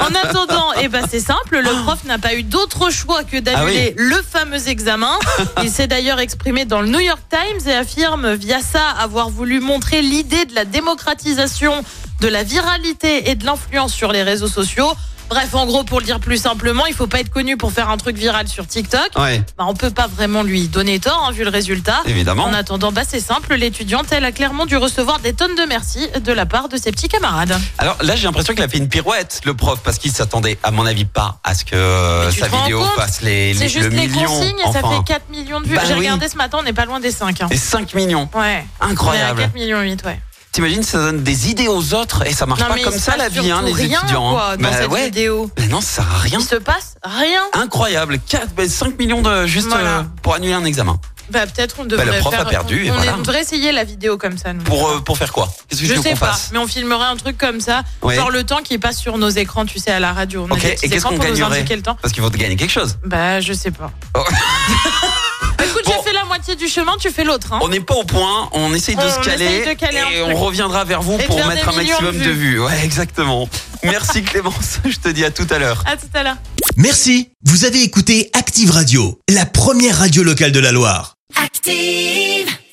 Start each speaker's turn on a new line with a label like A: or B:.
A: En attendant, eh ben c'est simple, le prof n'a pas eu d'autre choix que d'annuler le fameux examen. Il s'est d'ailleurs exprimé dans le New York Times et affirme via ça avoir voulu montrer l'idée de la démocratisation de la viralité et de l'influence sur les réseaux sociaux. Bref, en gros, pour le dire plus simplement, il faut pas être connu pour faire un truc viral sur TikTok.
B: Ouais,
A: Bah, on peut pas vraiment lui donner tort, hein, vu le résultat.
B: évidemment.
A: En attendant, bah, c'est simple, l'étudiante, elle a clairement dû recevoir des tonnes de merci de la part de ses petits camarades.
B: Alors là, j'ai l'impression qu'il a fait une pirouette, le prof, parce qu'il s'attendait, à mon avis, pas à ce que euh,
A: Mais tu
B: sa
A: te rends
B: vidéo
A: compte
B: fasse les, les-
A: C'est juste
B: le
A: les
B: million.
A: consignes et ça
B: enfin.
A: fait 4 millions de vues.
B: Bah
A: J'ai
B: oui.
A: regardé ce matin, on n'est pas loin des 5.
B: Et 5 millions.
A: Ouais. On est à
B: Incroyable.
A: 4 millions 8, ouais.
B: T'imagines, ça donne des idées aux autres et ça marche
A: Non,
B: pas
A: mais
B: comme
A: il se
B: ça
A: passe
B: la vie, hein, les
A: surtout rien,
B: étudiants.
A: quoi, dans
B: Bah
A: cette
B: ouais.
A: vidéo.
B: Mais non, ça sert à rien.
A: Il se passe rien.
B: Incroyable. 4, 5 millions de juste
A: Voilà.
B: euh, pour annuler un examen.
A: Bah, peut-être on
B: le
A: devrait.
B: prof a
A: faire-
B: perdu, et
A: On, on
B: voilà.
A: devrait essayer la vidéo comme ça. nous.
B: Pour, euh, pour faire quoi Qu'est-ce que
A: je
B: tu veux
A: sais
B: qu'on
A: pas,
B: fasse
A: mais on filmerait un truc comme ça,
B: Ouais.
A: genre le temps qui passe sur nos écrans, tu sais, à la radio. On a
B: Ok,
A: des
B: et
A: petits
B: qu'est-ce
A: écrans
B: qu'on
A: pour nous
B: gagnerait
A: indiquer le temps.
B: Parce qu'ils vont te gagner quelque chose.
A: Bah, je sais pas.
B: Oh.
A: Écoute,
B: Bon. Oh.
A: j'ai fait la moitié du chemin, tu fais l'autre. Hein.
B: On n'est pas au point, on essaye de
A: On
B: se caler,
A: essaye de caler un
B: et on
A: truc.
B: reviendra vers vous
A: Et de
B: pour
A: faire
B: mettre un
A: des millions de
B: maximum de vues. Ouais, exactement. Merci Clémence, je te dis à tout à l'heure.
A: À tout à l'heure.
C: Merci, vous avez écouté Active Radio, la première radio locale de la Loire.
D: Active.